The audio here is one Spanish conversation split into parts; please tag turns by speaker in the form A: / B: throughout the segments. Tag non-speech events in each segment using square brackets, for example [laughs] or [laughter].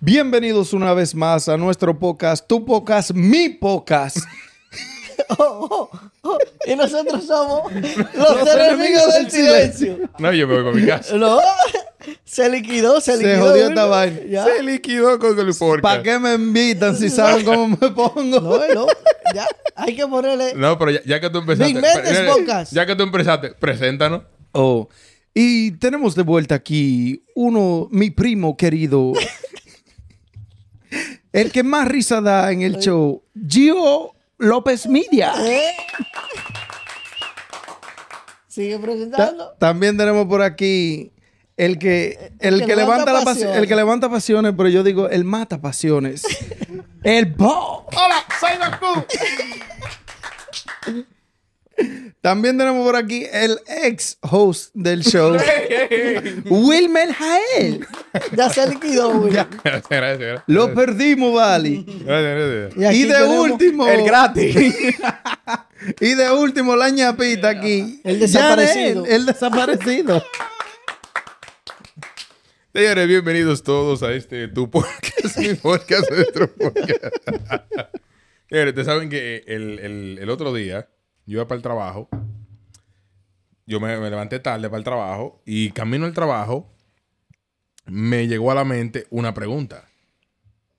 A: Bienvenidos una vez más a nuestro podcast, tu podcast, mi podcast.
B: Oh, oh, oh. Y nosotros somos los, enemigos del silencio.
C: No, yo me voy con mi casa.
B: No, se liquidó, se liquidó.
A: Se jodió
B: uno.
A: esta vaina.
B: Ya.
C: Se liquidó con [laughs] el
A: ¿Para
C: podcast.
A: qué me invitan si saben cómo me pongo?
B: No, no, ya. Hay que ponerle.
C: No, pero ya, ya que tú empezaste.
B: Big Mendes
C: espera,
B: Podcast.
C: Ya que tú empezaste, preséntanos. [laughs]
A: Oh, y tenemos de vuelta aquí uno, mi primo querido, el que más risa da en el show, Gio López Media.
B: ¿Eh? Sigue
A: Ta-
B: presentando.
A: también tenemos por aquí el
B: Eh,
A: que, el que, levanta, la pasión,
B: pasiones.
A: el que levanta pasiones, pero yo digo el mata
B: [laughs]
A: pasiones, el Bob.
C: ¡Hola! ¡Soy Goku!
A: También tenemos por aquí el ex host del
C: [laughs]
A: show, Wilmer Jael.
B: Ya se liquidó, güey.
C: gracias, gracias. gracias.
A: Lo perdimos, Vali.
C: Gracias, gracias.
A: Y,
B: aquí
A: de
B: tenemos
A: último.
D: El gratis.
A: [laughs] Y de último, la ñapita aquí.
B: El
A: Ya
B: desaparecido.
A: de él, el desaparecido.
C: Señores, bienvenidos todos a este tu podcast, [laughs] mi podcast, nuestro podcast. Señores, ustedes saben que eh, el, el- el otro día yo iba para el trabajo. Yo me, me levanté tarde para el trabajo y camino al trabajo me llegó a la mente una pregunta.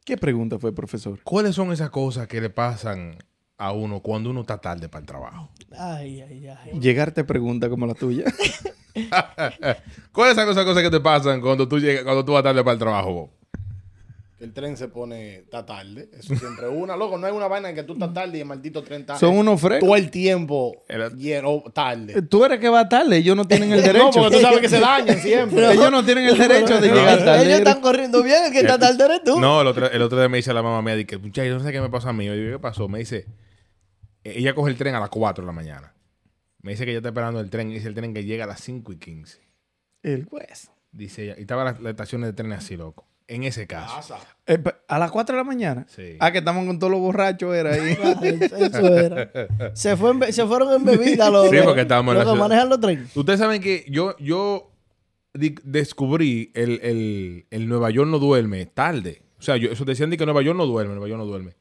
A: ¿Qué pregunta fue, profesor?
C: ¿Cuáles son esas cosas que le pasan a uno cuando uno está tarde para el trabajo?
B: Ay, ay, ay.
A: Llegarte pregunta como la
C: [laughs]
A: tuya.
C: ¿Cuáles son esas cosas que te pasan cuando tú llegas, cuando tú vas tarde para el trabajo? Bob?
D: Que el tren se pone está tarde. Eso siempre es una. Loco, no hay una vaina en que tú estás tarde y el maldito tren está
A: Son unos frescos.
D: todo el tiempo
C: Era-
D: lleno tarde.
A: Tú eres que va tarde. Ellos no tienen
E: [laughs]
A: el
D: No,
A: derecho.
D: porque tú sabes
C: [laughs]
D: que se dañan siempre.
A: [laughs] Ellos no tienen el derecho de
C: No.
A: llegar tarde.
B: Ellos están corriendo bien, el que está tarde eres tú.
C: No, el otro, el otro día me dice la mamá mía, dije, muchacho, no sé qué me pasó a mí. Yo digo, ¿qué pasó? Me dice, eh, ella coge el tren a las 4 de la mañana. Me dice que ella está esperando el tren. y Dice el tren que llega a las 5 y 15.
A: El juez.
C: Dice ella. Y estaba las la estaciones de tren así, loco. En ese caso.
D: Pasa.
A: Eh, pa- a las 4 de la mañana.
C: Sí.
A: Ah, que estamos con todos los borrachos, era
E: [laughs]
A: ahí.
B: Ay, eso era. Se, fue en be- se fueron en bebida los,
C: Sí, porque estábamos en
B: los
C: la
B: que
C: ciudad.
B: manejan los trenes.
C: Ustedes saben que yo, yo di- descubrí el, el- el Nueva York no duerme tarde. O sea, yo, eso decían de que Nueva York no duerme, Nueva York no duerme.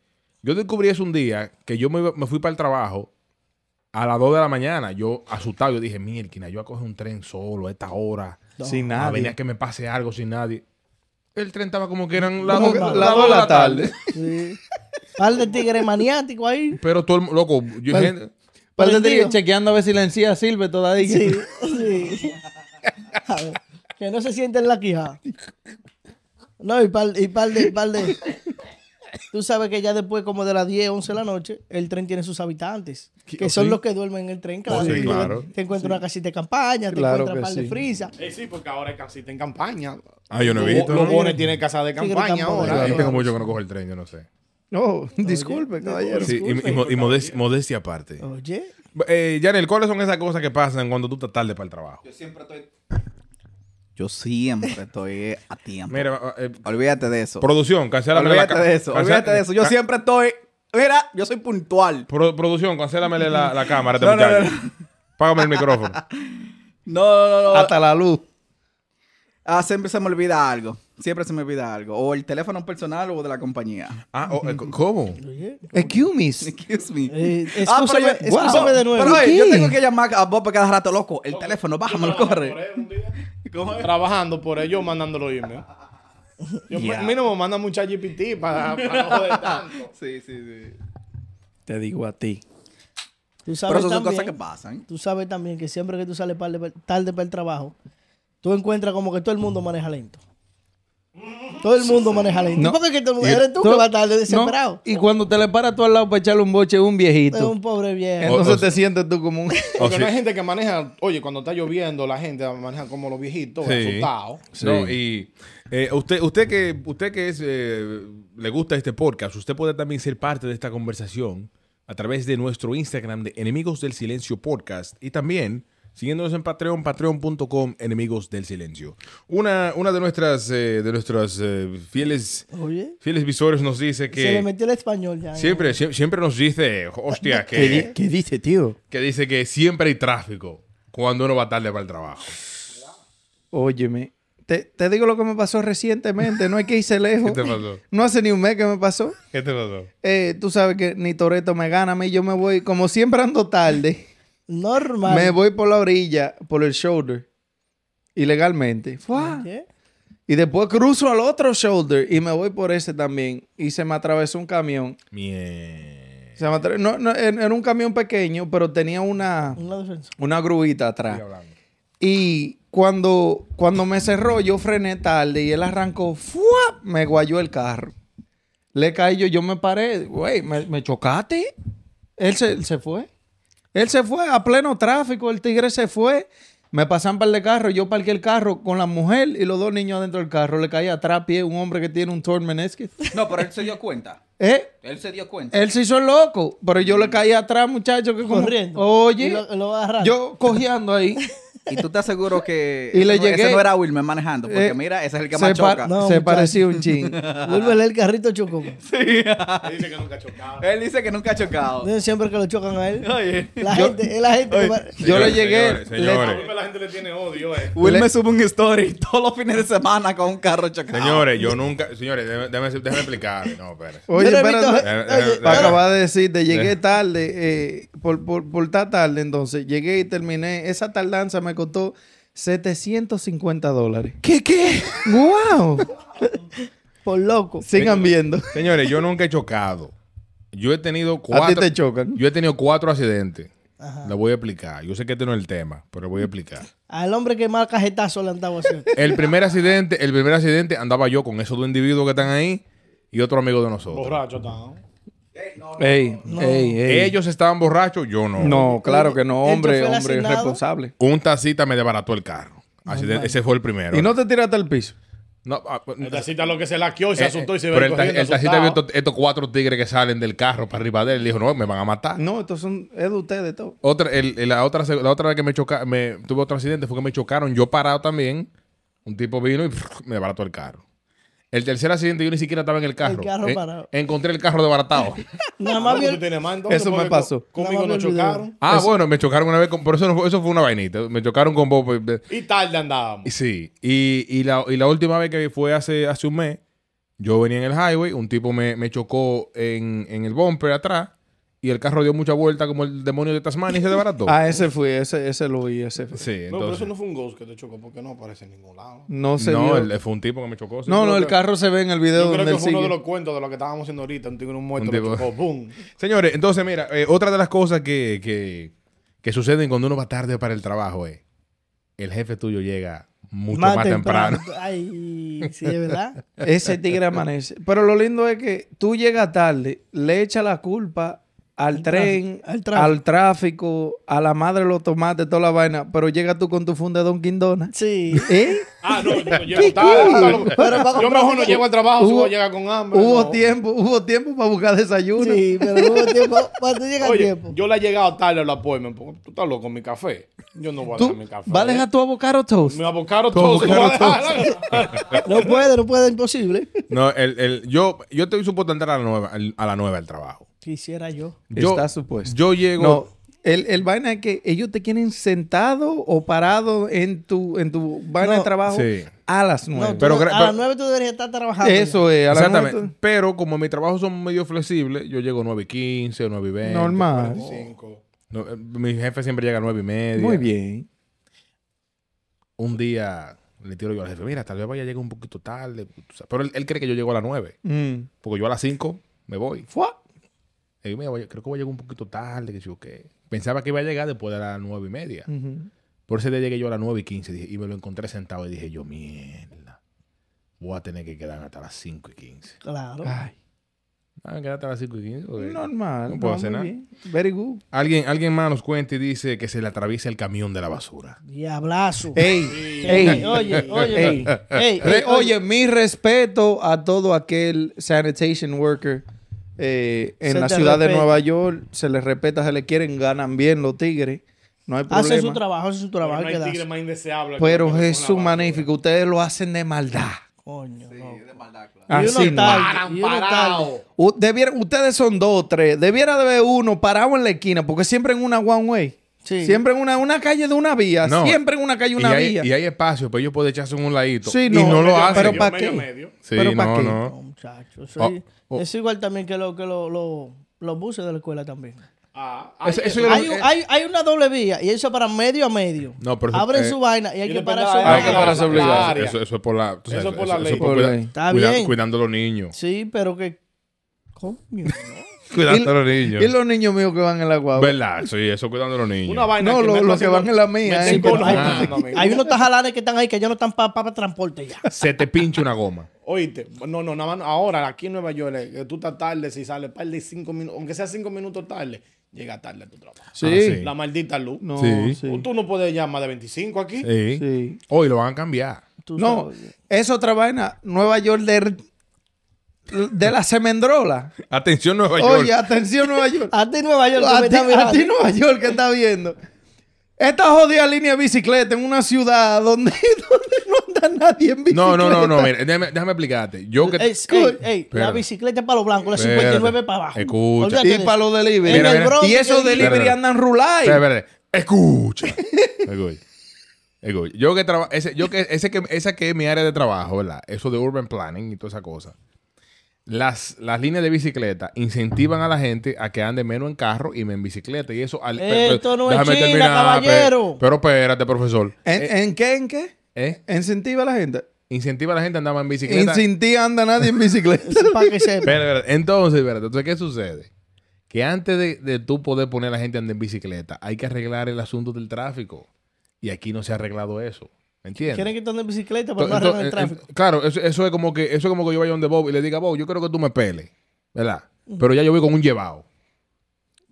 C: Yo descubrí eso un día que yo me, iba- me fui para el trabajo a las 2 de la mañana. Yo asustado, yo dije, mierda, yo a coger un tren solo a esta hora.
A: Sin
C: A venir
A: nadie.
C: a que me pase algo sin nadie. El tren estaba como que eran las
A: Como
C: 2
A: que
C: la
A: las dos de la tarde.
B: Sí. Par de tigres maniáticos ahí.
C: Pero todo el mu- loco, yo,
A: Pero-
C: gente-
A: Para
B: Prendido.
A: que chequeando a ver si la encía sirve todavía.
B: Sí,
A: [laughs]
B: sí. A ver, que no se sienten la quijada. No, y par, y par de, y par de. Tú sabes que ya después, como de las 10, 11 de la noche, el tren tiene sus habitantes,
C: ¿Qué-
B: que
C: oh,
B: son
C: sí?
B: los que duermen en el tren. Claro,
A: Oh,
C: sí,
B: Te-
C: claro.
B: Te encuentras una casita de campaña, te
A: Claro
B: encuentras
A: que
B: par de
A: sí.
B: frisa.
D: Eh, sí, porque ahora es casita en campaña.
C: Ah, yo no he
D: Los-
C: visto.
D: Los
C: ¿no?
D: bones tienen casa de
B: Tigre campana.
D: campaña ahora.
C: Yo
B: Claro.
C: tengo mucho que no cojo el tren, yo no sé.
A: Oh, disculpe, caballero.
C: Sí, y, y mo- y modest- modestia aparte.
B: Oye,
C: Eh, Janel, ¿cuáles son esas cosas que pasan cuando tú estás tarde para el trabajo?
E: Yo siempre estoy a tiempo.
C: Mira, eh,
E: Olvídate de eso.
C: producción, cancélame la
E: Olvídate
C: ca-
E: de eso.
C: cancel-
E: Olvídate de eso. Yo
C: ca-
E: siempre estoy. Mira, yo soy puntual.
C: Pro- producción, cancélame la,
E: [laughs]
C: la cámara. a este
E: No, no,
C: muchacho. Págame el micrófono.
E: No, no, no. no.
A: Hasta la luz.
E: Ah, siempre se me olvida algo. Siempre se me olvida algo. O el teléfono personal o de
C: [laughs]
E: la compañía.
C: Ah, oh, eh, ¿cómo?
B: oye.
A: Excuse me.
E: Excuse me.
B: Eh,
E: Ah, pero
B: excúsame-
E: yo-
B: excúsame de nuevo.
E: Pero, oye,
A: ¿Qué?
E: yo tengo que llamar a Bob cada rato, loco. El teléfono, bájame, lo
D: Por
E: corre.
D: él un día.
E: [laughs] ¿Cómo es?
D: Trabajando por ellos, mandándolo irme.
C: [laughs]
D: Yo, A mí no me mandan mucha GPT para, para no joder [laughs] tanto.
E: Sí, sí, sí.
A: Ah, Te digo a ti.
B: Tú sabes
E: Pero eso son
B: también-
E: cosas que pasan.
B: tú sabes también que siempre que tú sales par de- tarde para el trabajo, tú encuentras como que todo el mundo maneja lento. Todo el mundo maneja lento.
A: No.
B: ¿Por qué que todo el mundo? Eres tú que vas tarde desesperado.
A: No, Y cuando te le paras tú al lado para echarle un boche a un viejito,
B: Es un pobre
A: [laughs]
B: viejo.
A: entonces
C: O- o-
A: te sientes tú como un...
D: Porque
C: Oh, sí.
D: no hay gente que maneja, oye, cuando está lloviendo, la gente maneja como los viejitos,
C: Sí.
D: asustados.
C: Sí. No, y eh, usted, usted que, usted que es, eh, le gusta este podcast, usted puede también ser parte de esta conversación a través de nuestro Instagram de Enemigos del Silencio Podcast y también siguiéndonos en Patreon, patreon.com Enemigos del Silencio. Una, una de nuestras, eh, de nuestras eh, fieles,
B: Oye,
C: fieles visores nos dice
B: se le
C: que
B: metió el español ya. ¿no?
C: siempre, sie- siempre nos dice, hostia, que,
A: dice, tío?
C: que dice que siempre hay tráfico cuando uno va tarde para el trabajo.
A: Óyeme, Te, te digo lo que me pasó recientemente, no hay que irse lejos.
B: [laughs]
C: ¿Qué te pasó?
A: No hace ni un mes que me pasó.
C: ¿Qué te pasó?
A: Eh, tú sabes que ni Toreto me gana a mí, yo me voy, como siempre ando tarde,
B: Normal.
A: me voy por la orilla, por el shoulder, ilegalmente. ¡Fua!
B: ¿Qué?
A: Y después cruzo al otro shoulder y me voy por ese también. Y se me atravesó un camión.
C: Mien.
A: Se me atra- no, no, era era un camión pequeño, pero tenía una,
B: Una defensa.
A: una gruita atrás.
C: Estoy hablando.
A: Y cuando, cuando me cerró, yo frené tarde y él arrancó, ¡fua! me guayó el carro. Le caí yo, yo me paré, güey, ¿me, me chocaste? Él se, él se fue. Él se fue a pleno tráfico, el tigre se fue. Me pasan par de carros, yo parqué el carro con la mujer y los dos niños adentro del carro. Le caí atrás pie un hombre que tiene un Thor Menesquez.
E: [laughs] No, pero él se dio cuenta.
A: ¿Eh?
E: Él se dio cuenta.
A: Él se hizo el loco, pero yo le caí atrás, muchacho,
B: [laughs]
A: que como-
B: Corriendo.
A: Oye,
B: Y lo, lo va a agarrar.
A: yo cojeando ahí.
E: Y tú te aseguro [laughs] que
A: Y le
E: ese no- ese
A: llegué.
E: no era Wilmer manejando, porque
A: Eh,
E: mira, ese es el que
A: se
E: más
A: pa-
E: [laughs] choca.
B: No,
A: se
B: muchacho.
A: parecía un [laughs] chin.
B: Vuelve a leer el carrito chocó.
D: Dice que nunca chocaba.
E: Él dice que nunca ha chocado.
B: Dicen Siempre que lo chocan a él.
E: [laughs] Oye,
B: La
A: Yo-
B: gente, es la gente. que va-
A: Yo le
C: Señores,
A: llegué.
C: señores,
A: le-
C: señores.
D: Siempre la gente le tiene odio, eh.
E: Wilmer sube un story todos los fines de semana con un carro chocado.
C: Señores, yo nunca. Señores, déjame, déjame- déjame explicar. No, espérate.
A: Oye,
B: Yo no he
E: [laughs]
A: espérate.
B: visto-
C: Eh,
B: oye,
C: eh,
B: yo
A: Para
C: eh,
B: no-
A: acabar de decirte, llegué
C: Eh.
A: tarde, eh, por, por, por estar tarde, entonces llegué y terminé. Esa tardanza me costó 750 dólares.
E: ¿Qué, qué?
A: [laughs] ¡Wow!
B: por loco.
A: Sigan viendo.
C: Señores, yo nunca he chocado. Yo he tenido
A: A ti
C: cuatro.
A: te chocan.
C: Yo he tenido cuatro accidentes. Lo voy a explicar. Yo sé que este no es el tema, pero lo voy a explicar.
B: Al hombre que más cajetazo le han dado así.
C: El primer accidente, el primer accidente andaba yo con esos dos individuos que están ahí y otro amigo de nosotros.
D: Borracho, ¿no?
A: Ey, ey, ey.
C: Ellos estaban borrachos, yo no.
A: No, claro que no,
B: Él te
A: hombre,
B: fue
A: hombre
B: lacinado.
A: responsable.
C: Un tacita me desbarató el carro. Accidente- ese fue el primero.
A: Y no te tiraste al piso.
C: No, ah,
D: El tacita lo que se laqueó y se
C: eh,
D: asustó y se
C: eh,
D: ve
C: pero el, ta-
D: corriendo
C: el tacita
D: asustado.
C: vio estos- estos cuatro tigres que salen del carro para arriba de él. Dijo, no, me van a matar.
A: Ah, No, estos son, es de ustedes todo.
C: Otra, el- el- la, otra, se- la otra vez que me choca, me tuve otro accidente fue que me chocaron. Yo parado también. Un tipo vino y [laughs] me desbarató el carro. El tercer accidente yo ni siquiera estaba en el carro.
B: carro
C: Eh,
B: parado.
C: encontré el carro
D: [laughs]
C: desbaratado.
B: Nada
D: Ah,
B: más
D: porque
B: vio
D: tú tienes más, entonces,
A: Eso me
D: porque
A: pasó.
D: co-
B: Nada
D: Conmigo no
B: más veo el
D: chocaron.
C: ah, bueno, me chocaron una vez. con- pero eso, no fue, eso fue una vainita. Me chocaron con vos. pues, de-
D: Y tarde andábamos.
C: y Sí. Y, y la, y la última vez que fue hace, hace un mes, yo venía en el highway. Un tipo me, me chocó en, en el bumper atrás. Y el carro dio mucha vuelta como el demonio de Tasmania y
A: [laughs]
C: se desbarató.
A: Ah, ese fui, ese, ese lo vi, ese fue.
C: sí, entonces.
D: No, pero eso no fue un ghost que te chocó porque no aparece en ningún lado.
A: No se
C: No,
A: vio.
C: el- fue un tipo que me chocó. sí.
A: no, no, el carro se ve en el video
D: Yo creo
A: donde
D: que
A: él
D: fue uno
A: sigue.
D: de los cuentos de lo que estábamos haciendo ahorita. Un tigre un muerto
C: Un
D: le
C: tipo.
D: chocó. ¡Boom!
C: Señores, entonces mira, eh, otra de las cosas que, que, que suceden cuando uno va tarde para el trabajo es el jefe tuyo llega mucho más, temprano.
B: Ay, sí, de verdad.
A: Ese tigre amanece. Pero lo lindo es que tú llegas tarde, le echas la culpa al
B: Al
A: tren,
B: tráfico, al
A: al
B: tráfico.
A: tráfico. a la madre de los tomates, toda la vaina, pero llegas tú con tu funda de Dunkin' Donuts.
B: Sí.
A: ¿Eh?
D: Ah, no, yo llego tarde. yo
B: Pero para
D: tarde. Yo
B: comprar-
D: mejor no llego al trabajo si
A: Hubo-
D: voy a llegar con hambre.
A: [laughs] hubo
D: no.
A: tiempo, hubo tiempo para buscar desayuno.
B: Sí, pero hubo tiempo. Cuando llega el
D: Oye,
B: tiempo.
D: yo le he llegado tarde a la poema. Tú estás loco, mi café. Yo no voy a
A: ¿Tú
D: dejar mi café.
A: vas a dejar tu avocado toast?
D: Me abocaron todos.
A: abocado
D: voy a dejar-
B: No puede, no puede, imposible.
C: [laughs] No, el, el- yo, yo estoy supuesto entrar a la nueva, al- a la nueva al trabajo.
B: Quisiera yo.
C: Yo,
A: Está supuesto.
C: Yo llego.
A: No, el, el vaina es que ellos te quieren sentado o parado en tu, en tu vaina
B: No.
A: de trabajo
C: Sí.
A: a las
B: No,
A: nueve.
B: tú
C: Pero
B: no-
C: gra-
B: a
C: pero-
B: las nueve tú deberías estar trabajando.
A: Eso es, a las nueve
C: Exactamente. Pero como mis trabajos son medio flexibles, yo llego 9 y 15, 9 y 20.
D: [laughs]
A: Normal.
D: Cinco.
C: No, eh, mi jefe siempre llega a 9 y media.
A: Muy bien.
C: Un día le tiro yo al jefe, mira, tal vez vaya a llegar un poquito tarde. tú sabes". Pero él, él cree que yo llego a las 9.
A: Mm.
C: Porque yo a las 5 me voy.
A: Fua.
C: Le digo, "Mira, voy- creo que voy a llegar un poquito tarde, que sé yo qué. Pensaba que iba a llegar después de las nueve y media.
A: Ujú.
C: Por ese día llegué yo a las nueve y quince dije, y me lo encontré sentado y dije yo, mierda, voy a tener que quedar hasta las cinco y quince.
B: Claro.
A: Ay.
C: Ah, me quedé hasta las cinco y quince. porque
A: Normal.
C: No puedo
A: no,
C: hacer
A: muy
C: nada.
A: bien. Very good.
C: Alguien, alguien más nos cuenta y dice que se le atraviesa el camión de la basura.
B: Diablazo.
A: Eh, Ey,
B: Sí,
A: ey,
B: Oye, oye,
A: Ey.
B: ey,
A: Re-
B: ey,
A: oye, mi respeto a todo aquel sanitation worker eh, en
B: Se
A: la
B: te
A: ciudad de
B: respeta.
A: Nueva York. Se les respeta, se les quieren, ganan bien los tigres. No hay problema.
B: Hace su trabajo, hace su trabajo.
D: no
B: hay
D: hay
B: que
D: tigre
B: darse.
D: más indeseable. que lo
A: Pero
D: que le
A: es
D: cogen la
A: magnífico. Ustedes lo hacen de maldad.
B: Coño. no. Y uno
A: Así no.
B: tarde.
D: Paran
B: Y uno
D: parado.
B: tarde.
A: U- debiera- ustedes son dos o tres. Debiera de haber uno parado en la esquina porque siempre en una one way.
B: Sí.
A: Siempre en una, una calle de una vía.
C: No.
A: Siempre en una calle
C: Y
A: una
C: hay,
A: vía.
C: y hay espacio, pero ellos pueden echarse en un ladito.
A: Sí,
C: y
A: no,
C: no, lo
A: pero-
C: hacen.
A: pero
D: Medio,
A: ¿pa'
D: medio,
A: qué?
D: medio.
C: sí,
A: pero ¿pa'
C: no,
A: qué?
B: No,
C: no.
B: muchacho.
A: Ah,
B: eso
C: Oh,
B: es-
C: oh.
B: Es igual también que, lo, que lo- lo- los buses de la escuela también.
D: Ah, ay,
C: Eso- eso
D: eso-
C: yo lo-
B: Hay, un-
C: eh,
B: hay, hay una doble vía y eso para medio a medio.
C: No, pero eso-
B: Abren
C: eh,
B: su vaina y hay
D: y
B: que
D: depende
B: parar
D: de
B: su
D: la-
C: Hay que
B: vaina.
C: pararse
D: la
C: obligados.
D: área.
C: Eso, eso es por la, tú sabes,
D: Eso es por la ley.
A: Por
C: cuida-
A: ley.
B: Está
C: cuida-
B: bien.
C: Cuidando a
B: [laughs]
C: los niños.
B: Sí, pero que. Coño, no.
C: Cuidando a los
A: Y [laughs]
C: niños.
A: los niños míos que van en la guagua.
C: ¿Verdad? Sí, eso cuidando a los niños.
D: Una vaina
A: No, lo-
D: me
A: lo
D: está
A: que van
D: haciendo-
A: en la mía,
D: me
A: eh,
D: está
A: pero-
D: encojonando, amigo.
B: Hay unos tajalanes que están ahí que ya no están para transporte ya.
C: Se te pincha una goma.
D: Oíste, no, no, nada más, ahora aquí en Nueva York, eh, que tú estás tarde, si sales par de cinco minutos, aunque sea cinco minutos tarde, llega tarde a tu trabajo.
A: Sí.
C: Ah, sí.
D: La maldita luz.
A: No,
C: Sí.
A: sí.
D: Tú no puedes llamar de 25 aquí.
C: Sí.
A: Sí.
C: Hoy lo van a cambiar.
B: Tú
A: No,
B: sabes.
A: es otra vaina. Nueva York de, de la semendrola.
C: Atención, Nueva York.
A: Oye, atención Nueva
C: [laughs]
A: York.
B: A ti Nueva York. tú
A: a,
B: me
A: ti,
B: estás mirando.
A: a ti Nueva York que está viendo. Esta jodida línea de bicicleta en una ciudad donde, [laughs] donde no anda nadie en bicicleta.
C: No, no, no, no. mira, déjame, déjame explicarte. Yo que.
B: Ey, ey, ey, la
C: Espérate.
B: bicicleta para los blancos, la
C: Espérate.
B: 59 para abajo.
C: Escucha.
B: Olvídate
A: Y
B: de
A: para
B: eso.
A: los delivery.
B: En
C: Mira,
B: el
C: mira.
B: Bronx,
A: y esos
B: que-
A: delivery
C: Espera,
A: andan rulay.
C: Espera, espera. Escucha. Escucha. Escucha. Yo que trabajo. Ese, yo que, ese que, esa que es mi área de trabajo, ¿verdad? Eso de urban planning y toda esa cosa. Las, las líneas de bicicleta incentivan a la gente a que ande menos en carro y menos en bicicleta. Y eso. al- pe-
B: Esto
C: pe-
B: no es
C: déjame
B: China,
C: terminar, pe-
B: caballero.
C: Pero, espérate, profesor.
A: ¿En, en qué? ¿En qué?
C: ¿Eh?
A: Incentiva a la gente.
C: Incentiva a la gente a andar más en
A: En
C: bicicleta.
A: sin ti anda nadie en
C: [laughs]
A: bicicleta.
B: Eso es para que sepa.
C: Espera, espera. Entonces, espérate. Entonces, ¿qué sucede? Que antes de, de tú poder poner a la gente a andar en bicicleta, hay que arreglar el asunto del tráfico. Y aquí no se ha arreglado eso. ¿Me entiendes?
B: Quieren que estén en bicicleta para
C: Entonces,
B: no arreglar el
C: entonces, en-
B: tráfico.
C: claro, eso, eso es como que eso es como que yo vaya donde Bob y le diga, Bob, yo creo que tú me peles. ¿Verdad? Pero ya yo voy con un llevado.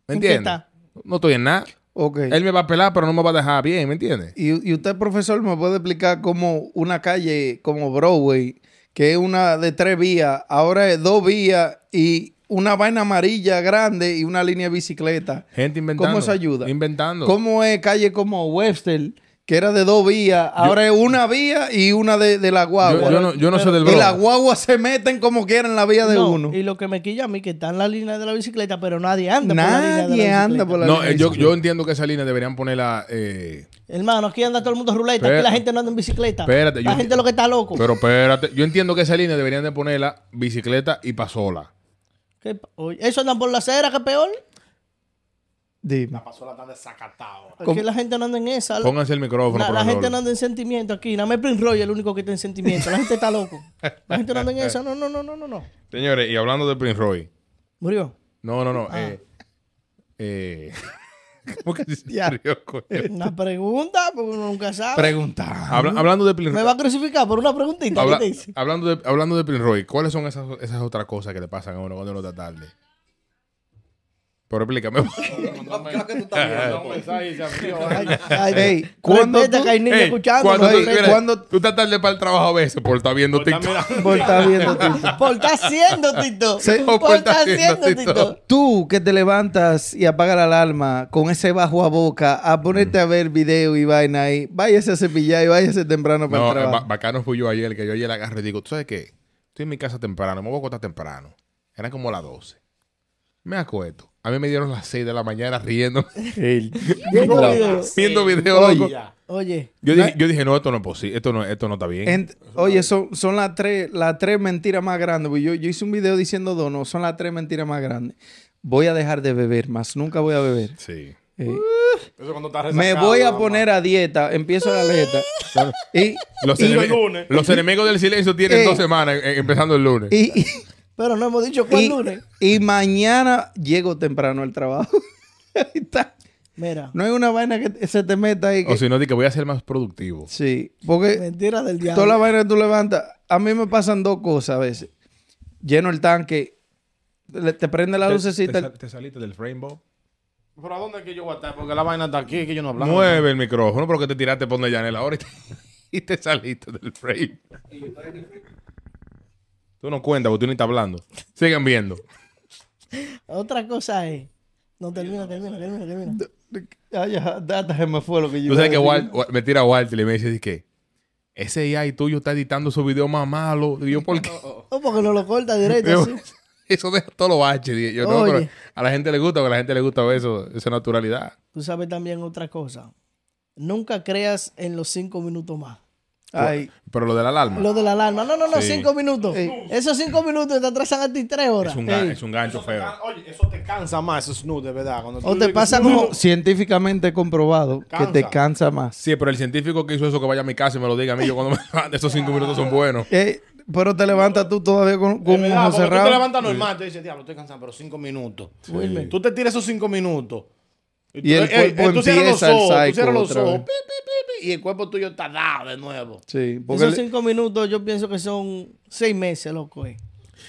C: ¿Me
B: ¿En qué
C: entiendes?
B: está?
C: No estoy en nada.
A: Ok.
C: Él me va a pelar, pero no me va a dejar bien, ¿me entiendes?
A: Y, y usted, profesor, me puede explicar cómo una calle como Broadway, que es una de tres vías, ahora es dos vías y una vaina amarilla grande y una línea de bicicleta.
C: Gente inventando.
A: ¿Cómo se ayuda?
C: Inventando.
A: ¿Cómo es calle como Webster, que era de dos vías, ahora es una vía y una de, de la
C: Yo,
A: guagua?
C: yo no, yo no sé del
A: y las
C: bro.
A: guaguas se meten como quieran en la vía de
B: No,
A: uno.
B: Y lo que me quilla a mí, que está en la línea de la bicicleta, pero nadie anda por la línea de la
A: Nadie
B: bicicleta.
A: anda por la
C: No,
A: línea
C: eh, yo,
A: de
C: yo entiendo que esa línea deberían ponerla. Eh,
B: Hermano, aquí anda todo el mundo ruleta, aquí
C: Espera.
B: la gente no anda en bicicleta.
C: Espérate,
B: la
C: yo-
B: gente lo que está loco.
C: pero espérate. Yo entiendo que esa línea deberían de ponerla bicicleta y pasola.
B: ¿Qué pa- oye, eso andan por la acera, que peor.
A: Dime.
D: Pasó la tarde sacatado.
B: Aquí
A: ¿Cómo?
B: la gente no anda en esa. La,
C: Pónganse el micrófono.
B: la
C: profesor.
B: gente no anda en sentimiento aquí. Nada más Prince Roy es el único que está en sentimiento. La gente está loco. La gente no anda en esa. No, no, no, no, no. no.
C: Señores, y hablando de Prince Roy.
B: Murió.
C: No, no, no.
B: Ah.
C: Eh, eh, [laughs] ¿Cómo que se rió, coño?
B: Una pregunta, porque uno nunca sabe.
A: Pregunta.
C: Habla- hablando de Prince
B: me
C: Roy.
B: va a crucificar por una preguntita.
C: habla-
B: ¿qué te dice?
C: hablando, de, hablando de Prince Roy, ¿cuáles son esas, esas otras cosas que le pasan a uno cuando uno está tarde? Pero explícame.
D: Un
A: pues,
D: mensaje y pues,
A: [laughs]
D: se abrió.
B: Ay, ay,
C: Eh,
A: Ey,
B: respeta
A: cuando tú-
B: que hay niños
C: Ey,
B: escuchando.
C: cuando,
B: no
C: Eh, tú,
A: ey,
B: respeta.
C: mira,
A: cuando-
C: tú estás tarde para el trabajo a veces por estar viendo
D: Está
C: TikTok.
D: mirando.
A: Por estar
C: [laughs]
A: viendo TikTok.
B: [laughs] Por estar haciendo, Tito.
A: Se-
C: o
B: Por estar haciendo,
C: Tito.
B: Tito.
A: Tú que te levantas y apagas la alarma con ese bajo a boca a ponerte a ver video y vaina ahí, váyase a cepillar y váyase temprano para el
C: No, eh, ba-
A: trabajo.
C: bacano fui yo ayer, que yo ayer agarro y digo, ¿tú sabes qué? Estoy en mi casa temprano, me voy a acostar temprano. Eran como las 12. Me acuesto. A mí me dieron las 6 de la mañana riendo, [laughs]
B: Viendo videos.
C: viendo videos. loco.
D: Ya.
B: Oye,
C: Yo dije, yo dije, no, esto no es posible, esto no, esto no está bien.
A: Ent- oye, son, son las tres, las tres mentiras más grandes. porque Yo, yo hice un video diciendo dos, no, son las tres mentiras más grandes. Voy a dejar de beber más, nunca voy a beber.
C: Sí.
A: Eh,
C: Uh,
D: Eso cuando estás
A: me
D: resacado,
A: voy a
D: mamá.
A: poner a dieta, empiezo la
C: [laughs]
A: dieta. y,
C: Los,
A: y-
C: enemi-
D: el lunes.
C: los enemigos del silencio tienen
A: Ey.
C: dos semanas, eh, empezando el lunes.
A: y- y-
B: pero no hemos dicho cuál
A: y,
B: lunes.
A: y mañana llego temprano al trabajo. [laughs] Ahí está.
B: Mira,
A: No hay una vaina que se te meta ahí. que-
D: Oh,
C: o si no, di que voy a ser más productivo.
A: Sí, porque
B: mentira del
A: eh, toda la
B: diablo.
A: vaina que tú levantas, a mí me pasan dos cosas a veces. Lleno el tanque, le- te prende la lucecita. el-
C: saliste del frame, Bob?
D: ¿Pero a dónde es que yo voy a estar? Porque la vaina está aquí, que yo no hablaba.
C: Mueve el micrófono, porque te tiraste por donde Yanela ahora y te, [laughs] y te saliste del frame. Tú no cuentas porque tú ni estás hablando. Sigan viendo.
B: Otra cosa es. No, termina, termina, termina, termina.
A: Ay, ya, data, se me fue lo que yo
C: Tú
A: iba a
C: sabes que
A: decir.
C: Wal- Wal- me tira Walter y me dice, di que
B: [laughs]
C: ese AI tuyo está editando su video más malo. Y yo, ¿por qué?
B: Oh, No, porque no lo corta directo. así.
C: [laughs] Eso deja todos los baches. dije Yo, no,
B: Oye.
C: pero a la gente le gusta, porque a la gente le gusta ver eso, esa naturalidad.
B: Tú sabes también otra cosa. Nunca creas en los cinco minutos más.
A: Ay,
C: Pero lo de la alarma
B: Lo de la alarma. No, no, no,
C: Sí.
B: cinco minutos.
A: Ey.
B: Esos cinco minutos te atrasan a ti tres horas.
C: es, un gan-
A: Ey.
C: es un gancho feo.
D: Ah, Oye, eso te cansa más, eso snus, de verdad. Cuando tú
B: O te
D: dices, "Uh,
B: pasa
D: "Snus,
B: como.
A: científicamente comprobado
D: Cansa.
A: que te cansa más.
C: Sí, pero el científico que hizo eso que vaya a mi casa y me lo diga a mí, yo cuando me [laughs] levante, esos cinco minutos son buenos.
A: Eh, pero te levantas tú todavía con,
D: de
A: con un
D: verdad,
A: ojo
D: porque Tú te
A: cerrado.
D: levantas normal, tú dices, diablo, estoy cansado, pero cinco minutos.
B: Wilmer,
D: Tú te tiras esos cinco minutos. eh,
A: Y el cuerpo empieza el
D: ojos,
A: cycle
D: tú cierras los
A: otra
D: ojos,
A: vez.
D: pi, pi, pi, pi, y el cuerpo tuyo está dado de nuevo.
A: Sí, porque
B: Esos
A: le-
B: cinco minutos yo pienso que son seis meses, loco. eh.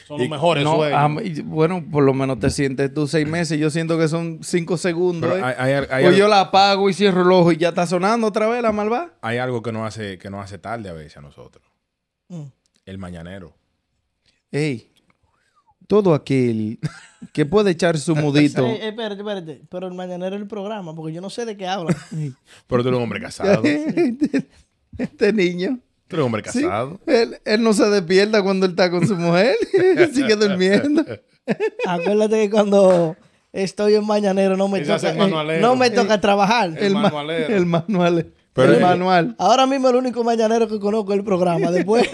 D: Son los mejores
A: no,
D: sueños.
C: ah,
A: a mí- bueno, por lo menos te sientes tú seis meses. Yo siento que son cinco segundos.
C: Pero
A: eh.
C: hay- hay- hay
A: o
C: algo-
A: yo la apago y cierro el ojo y ya está sonando otra vez la malva.
C: Hay algo que nos hace, que nos hace tarde a veces a nosotros.
B: Mm.
C: El mañanero.
A: Ey, todo aquel que puede echar su mudito.
B: Ey, ey, Eh, espérate, espérate. Pero el mañanero es el programa, porque yo no sé de qué
A: [laughs]
B: hablan.
C: Pero tú eres un hombre casado. tú eres
A: este, este niño.
C: un hombre
A: sí,
C: casado.
A: él, él no se despierta cuando él está con su mujer. [laughs] Sigue durmiendo.
B: Acuérdate que cuando estoy en mañanero no me
D: Ese hace
B: toca, eh,
D: el manualero.
B: no me toca trabajar.
A: El, ma-
D: manualero.
A: el manual.
C: Pero
A: el
B: [laughs]
C: es-
A: manual.
B: Ahora mismo el único mañanero que conozco es el
A: [laughs]
B: programa. Después,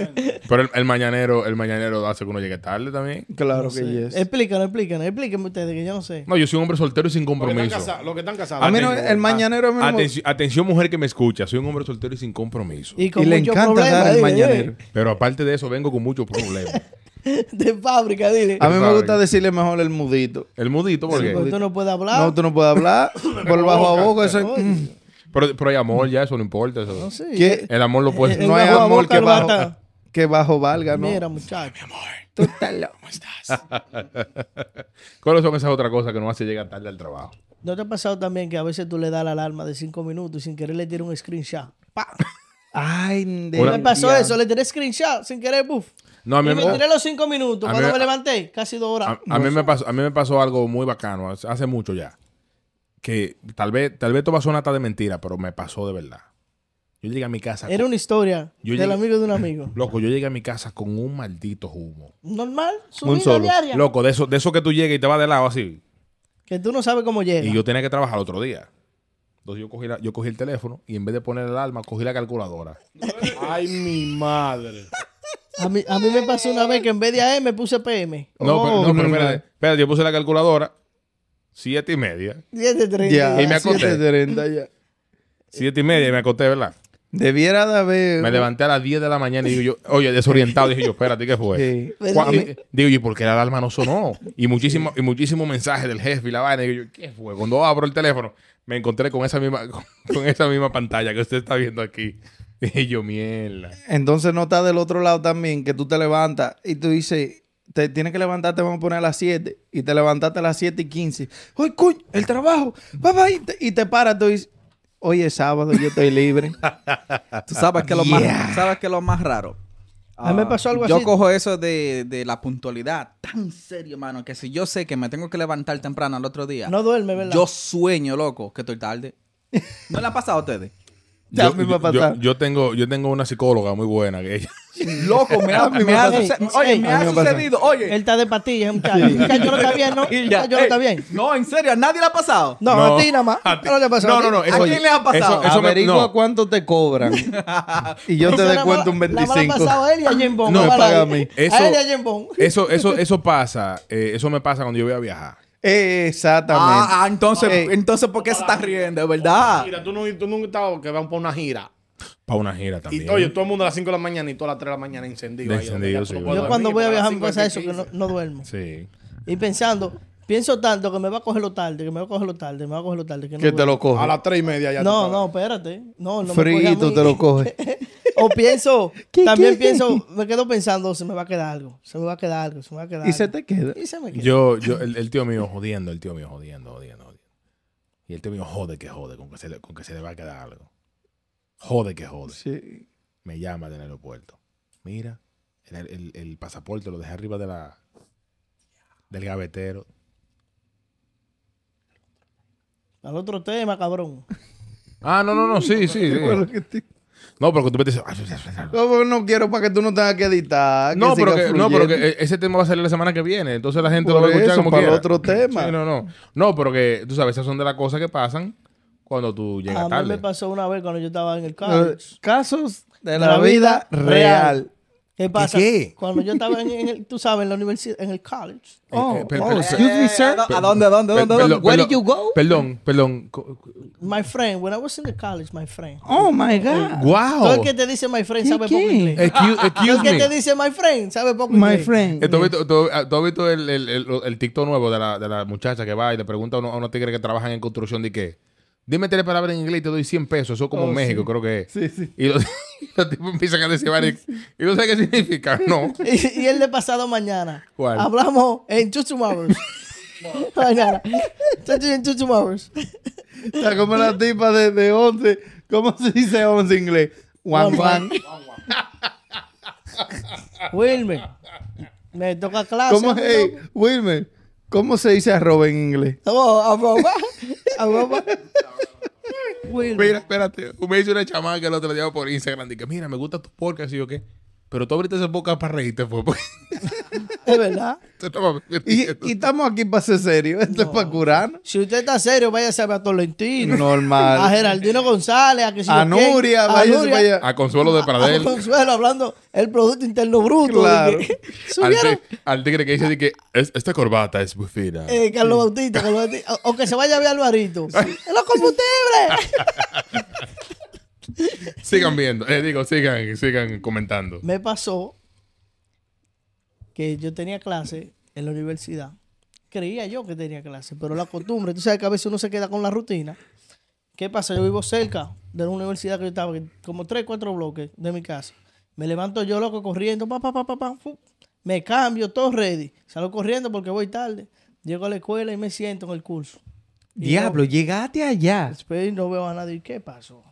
C: Pero el, el mañanero, el mañanero hace que uno llegue tarde también.
A: Claro que yes.
B: explícanos, explícanos, explíquenme ustedes que yo no sé.
C: No, yo soy un hombre soltero y sin
D: Los que están
C: compromiso.
D: casados- los que están casados.
A: A mí no, el mañanero es mi amor.
C: Atenci- atención, mujer que me escucha. Soy un hombre soltero y sin compromiso.
B: Y, con
A: Y le
B: mucho
A: encanta
B: problema,
A: dar el
B: dile,
A: mañanero.
C: Pero aparte de eso, vengo con muchos
A: [laughs]
C: problemas.
B: dile. [laughs] De fábrica, dile.
A: A mí me
C: Sabe.
A: gusta decirle mejor el mudito.
C: El mudito, porque.
B: Porque tú no puedes hablar.
A: No, tú no puedes hablar. por bajo a boca. Eso, es- mm,
C: Pero, pero hay amor, ya eso no importa. eso-
B: Sí, eh,
A: que-
C: El amor lo puede.
B: El
A: Eh, no hay
B: bajo a
A: amor
B: boca
A: que
B: lo
A: bajo,
B: mata.
A: que bajo valga, Ah, ¿no?
B: Mira, muchacho.
A: Tú estás loco.
C: ¿Cuáles son esas otras cosas que no hace llegar tarde al trabajo?
B: [laughs] ¿No te ha pasado también que a veces tú le das la alarma de cinco minutos y sin querer le tiras un screenshot? Pa.
A: Ay, de
C: Una-
B: Me pasó
A: ya.
B: eso, le tiré screenshot sin querer, buf.
C: No, a mí
B: Y
C: me,
B: me tiré los cinco minutos.
C: A
B: Cuando
C: mí-
B: me levanté, casi dos horas.
C: a- a mí me pasó, a mí me pasó algo muy bacano hace hace mucho ya. Que tal vez, tal vez toma hasta de mentira, pero me pasó de verdad. Yo llegué a mi casa.
B: Era una historia
C: Yo
B: del
C: llegué-
B: amigo de un amigo.
C: con- loco, yo llegué a mi casa con un maldito humo.
B: Normal, su
A: Un
B: vida
A: solo.
B: diaria.
C: Loco, de eso, de eso que tú llegas y te vas de lado así.
B: Que tú no sabes cómo llega.
C: Y yo tenía que trabajar otro día. Entonces yo cogí, la- yo cogí el teléfono y en vez de poner el alarma, cogí la calculadora.
D: Ay, mi madre.
B: A, mí, a mí me pasó una vez que en vez de AM me puse PM.
C: No,
A: Oh,
C: pero, no, pero
A: mi
C: espérate,
A: madre.
C: Espérate, yo puse la calculadora. Siete y media.
B: 10 de 30.
A: Ya,
C: Y me acosté.
A: 7:30 ya.
C: Siete y media y me acosté, ¿verdad?
A: Debiera de haber.
C: Me levanté a las 10 de la mañana y digo yo, oye, desorientado, dije yo, espérate, ¿qué fue?
A: Sí.
E: Pues
C: Cu-
B: ¿Verdad?
C: y- digo yo, ¿por qué la alarma no sonó? Y muchísimo, y muchísimo mensaje del jefe y la vaina. Digo yo, ¿qué fue? Cuando abro el teléfono, me encontré con esa misma, [laughs] con, con esa misma pantalla que usted está viendo aquí. Dije yo, mierda.
A: Entonces no está del otro lado también, que tú te levantas y tú dices, te tienes que levantarte, vamos a poner a las 7. Y te levantaste a las 7 y 15. ¡Uy, coño! El trabajo. Bye, bye. Y te, y te paras, tú dices, hoy es sábado, yo estoy libre.
E: Tú sabes que lo más,
A: Yeah.
E: sabes que lo más raro. Ah,
B: A mí me pasó algo
E: yo
B: así.
E: Yo cojo eso de, de la puntualidad tan serio, mano, que si yo sé que me tengo que levantar temprano al otro día,
B: No duerme, ¿verdad?
E: yo sueño, loco, que estoy
B: [laughs]
E: tarde. ¿No le ha pasado a ustedes?
A: Ya me va a pasar.
C: yo tengo, yo tengo una psicóloga muy buena que ella.
E: Loco, me ha, me ha,
B: Ey,
E: suce- oye,
B: ey.
E: me
A: A mí
E: ha
A: me pasa.
E: sucedido, oye.
B: Él está de patillas, muchacho. Muchacho, no está bien, ¿no?
E: [laughs] Y ya,
B: Muchacho, no está
E: ey,
B: bien.
E: No, en serio, a nadie le ha pasado.
B: No, a ti nada más.
C: a ti.
B: No le ha pasado.
C: No, no, no.
E: ¿A quién le ha
C: [laughs]
E: pasado?
C: Eso, eso me-
A: Averigua
C: no.
A: cuánto te
B: [laughs]
A: cobran. y yo te descuento un
B: La mala
A: 25.
B: pasado ¿eh? a él y a Jim Bond.
C: No,
B: No,
C: me
A: paga a
B: a
A: mí.
B: mí.
C: Eso-
B: A él y a Jim Bond.
C: Eso, eso, eso pasa. eh, eso me pasa cuando yo voy a viajar.
A: Eh, Exactamente.
E: Ah, ah, entonces,
A: Ey.
E: entonces, ¿por qué se está riendo?
B: Ah.
E: ¿Verdad?
D: Mira, tú, no, tú nunca estabas que van por una gira.
C: Para una gira también.
D: Y oye, todo el mundo a las 5 de la mañana y todas las 3 de la mañana encendido.
C: De
D: ahí, donde
C: encendido, sí,
D: ya tú no
B: Yo
C: Yo
D: puedes
C: Bueno,
D: dormir,
B: cuando voy a
D: pero las
B: viajar me
D: cinco
B: pasa
D: es
B: eso, que no,
D: 15.
B: no duermo.
C: Sí.
B: Y pensando, pienso tanto que me va a cogerlo tarde, que me va a cogerlo tarde, me va a cogerlo tarde. Que no
A: que te
B: duermo.
A: lo cojo.
D: A las 3 y media ya
B: No,
D: tú
B: no,
D: sabes.
B: espérate. No, no me coge a
A: Frito
B: mí.
A: te lo [laughs] coge.
B: O pienso,
A: [laughs] ¿Qué,
B: también
A: qué?
B: pienso, me quedo pensando, se me va a quedar algo, se me va a quedar algo, se me va a quedar
A: y se
B: algo.
A: te queda.
B: Y se me queda.
C: Yo, yo, el, el tío mío jodiendo, el tío mío jodiendo, jodiendo, jodiendo. Y el tío mío jode que jode, con que se le, con que se le va a quedar algo. Jode que jode.
A: Sí.
C: Me llama del aeropuerto. Mira, el, el- el pasaporte lo dejé arriba de la, del gavetero.
B: Al otro tema, cabrón.
C: Ah, no, no, no, sí, sí. sí.
A: Bueno, que te-
C: No, pero que tú me dices.
A: No, pues, no quiero para que tú no tengas que editar. que
C: No, pero
A: siga
C: que, no, pero
A: fluyendo.
C: que eh, ese tema va a salir la semana que viene. Entonces la gente lo
A: Por
C: va a escuchar
A: eso,
C: como
A: para el
C: quiera.
A: otro tema.
C: Sí, no, no. No, pero que tú sabes, esas son de las cosas que pasan cuando tú
A: Ah,
C: llegas
B: A mí me
C: tarde.
B: pasó una vez cuando yo estaba en el
A: Eh,
B: college.
A: Casos de la, vida real.
B: ¿Qué pasa?
C: qué?
B: Cuando yo estaba en, en el, tú sabes, en la universidad, en el college.
C: Eh,
A: Oh,
C: eh, per-
A: oh,
C: per-
A: excuse me, sir.
E: Eh, ¿A dónde, a dónde, a
C: per-
E: dónde? a dónde?
C: perdón,
E: Where
C: perdón,
E: did you go?
C: Perdón, perdón. Co- co-
B: My friend, when I was in the college, my friend.
A: Oh my God.
B: Todo el
C: Wow.
B: que te dice my friend
A: ¿Qué,
B: sabe poco
A: qué?
B: inglés.
C: Excuse,
B: Todo el
C: excuse
B: que te
C: me.
B: dice my friend sabe poco
A: My
B: inglés.
A: friend.
C: Eh, ¿Tú has visto, tú- ah, tú has visto el, el, el- el TikTok nuevo de la, de la muchacha que va y le pregunta a uno- a unos tigres que trabajan en construcción de qué? Dime tres palabras en inglés y te doy 100 pesos. Eso
A: Oh,
C: como en México, creo que es.
E: Sí, sí.
C: Y los, [laughs] los tipos empiezan a decir, varias- ¿y tú sabes
A: [laughs]
C: qué significa? No.
B: [laughs] Y, y el de pasado mañana.
C: ¿Cuál?
B: Hablamos en two tomorrows. mañana. Entonces, en two tomorrows.
A: Está como la tipa de, de 11. ¿Cómo se dice 11 en inglés? One,
B: One,
A: one.
B: Wilmer. Me toca clase.
A: ¿Cómo,
B: ¿no?
A: hey, Wilmer, ¿cómo se dice arroba en inglés?
B: Vamos, arroba. Arroba. Wilmer.
C: Mira, espérate. Me hizo una chamaca el otro día por Instagram. Dije, mira, me gusta tu podcast. Y yo, ¿qué? Pero tú abriste ese podcast para reírte, pues, fue. [laughs] Porque
B: Es verdad.
C: tú estabas
A: Y,
C: mintiendo.
A: y estamos aquí para ser serios. Esto es para curarnos.
B: Si usted está serio, váyase a ver a
A: [laughs]
B: Tolentino. A
A: Normal.
B: Geraldino González, a que si
A: A
B: yo quién,
A: Nuria,
B: a
A: váyase
B: Nuria,
A: para allá.
C: A Consuelo de
B: a
C: Pradel.
B: Consuelo hablando el Producto Interno Bruto. [laughs]
A: Claro.
B: de que-
C: Al,
B: subieron
C: ti- al tigre que dice de que "Es- esta corbata es bufina.
B: eh, Carlos Bautista, Carlos Bautista, o, o que se vaya a ver Alvarito. ¡En los combustibles!
C: Sigan viendo. Eh, digo, sigan, sigan comentando.
B: Me pasó que yo tenía clase en la universidad. Creía yo que tenía clase, pero la costumbre, tú sabes que a veces uno se queda con la rutina. ¿Qué pasa? Yo vivo cerca de la universidad que yo estaba, que como tres, cuatro bloques de mi casa. Me levanto yo loco corriendo, pa, pa, pa, pa, pa, fu. me cambio, todo ready. Salgo corriendo porque voy tarde. Llego a la escuela y me siento en el curso. Y
A: Diablo, llegaste allá.
B: Después no veo a nadie. ¿Qué pasó?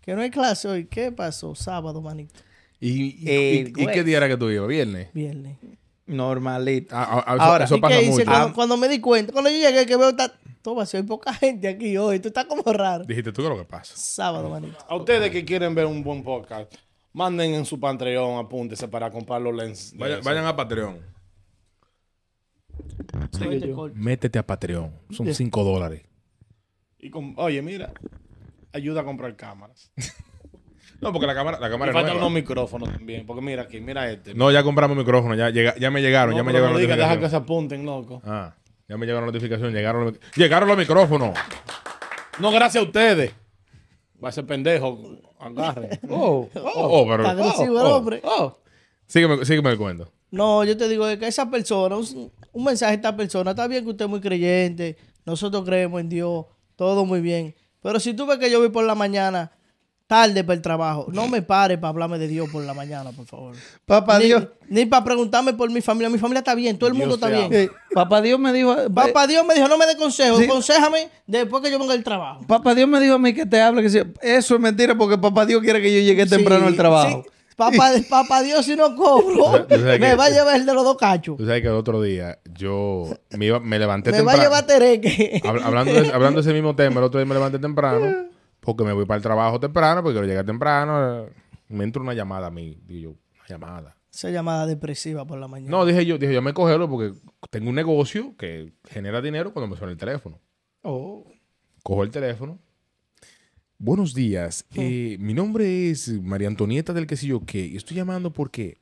B: Que no hay clase hoy. ¿Qué pasó? Sábado, manito.
C: ¿Y, y-
A: Eh,
C: y- y
A: güey.
C: qué día era que tú ibas? ¿Viernes?
B: Viernes.
A: Normalito.
C: Ah, ah, ah, eso-
A: Ahora,
C: eso
B: ¿Y
C: pasa
B: qué hice?
C: mucho. Ah,
B: Cuando, cuando me di cuenta, cuando yo llegué, que veo, está, todo vacío, hay poca gente aquí hoy. Tú estás como raro.
C: Dijiste tú que lo que pasa.
B: Sábado, manito.
D: A ustedes que quieren ver un buen podcast, manden en su Patreon, apúntese para comprar los lens. de
C: Vayan,
D: eso.
C: vayan a Patreon.
B: Suerte corta.
C: Métete a Patreon. Son 5 dólares.
D: Y com- oye, mira, ayuda a comprar cámaras.
C: No, porque la cámara, la
D: Me
C: cámara es
D: faltan
C: nueva.
D: unos micrófonos también, porque mira aquí, mira este.
C: No, ya compramos micrófono. Ya, llega- ya me llegaron. ya me
D: pero
C: llegaron
D: no diga, deja que
C: notificaciones.
D: se apunten, loco.
C: Ah, ya me llegaron notificaciones. Llegaron, los- llegaron los micrófonos.
D: No, gracias a ustedes. Va a ser pendejo.
C: [laughs]
D: Agarren.
A: Oh,
C: Oh, pero-
B: Está agresivo el
C: oh, oh.
B: hombre.
C: Sígueme, sígueme el cuento.
B: No, yo te digo es que esa persona, un, un mensaje a esta persona, está bien que usted es muy creyente, nosotros creemos en Dios, todo muy bien. Pero si tú ves que yo voy por la mañana tarde para el trabajo, no me pare para hablarme de Dios por la mañana, por favor.
A: papá
B: ni,
A: Dios.
B: Ni para preguntarme por mi familia. Mi familia está bien, todo el mundo
D: Dios
B: está
D: te
B: bien.
D: ama.
A: Eh, papá Dios me dijo.
B: Papá Dios me dijo, no me dé consejos,
A: Sí.
B: aconsejame después que yo venga del trabajo.
A: Papá Dios me dijo a mí que te hable. Que si- eso es mentira porque papá Dios quiere que yo llegue temprano
B: Sí,
A: al trabajo.
B: sí.
A: [laughs]
B: Papá, papá Dios, si no cobro,
C: Tú sabes
B: me
C: que-
B: va a llevar el de los dos cachos.
C: Tú sabes que el otro día yo me, iba- me
B: [laughs]
C: levanté
B: Me va a
C: temprano.
B: llevar Tereque.
C: Hab- hablando, de, hablando de ese mismo tema, el otro día me levanté temprano porque me voy para el trabajo temprano porque quiero llegar temprano. eh, Me entra una llamada a mí. Digo yo, una llamada.
B: Esa llamada depresiva por la mañana.
C: No, dije yo, dije yo, me cogerlo porque tengo un negocio que genera dinero cuando me suena el teléfono.
A: Oh.
C: Cojo el teléfono. Buenos días. eh, mi nombre es María Antonieta del que sé yo qué. Y estoy llamando porque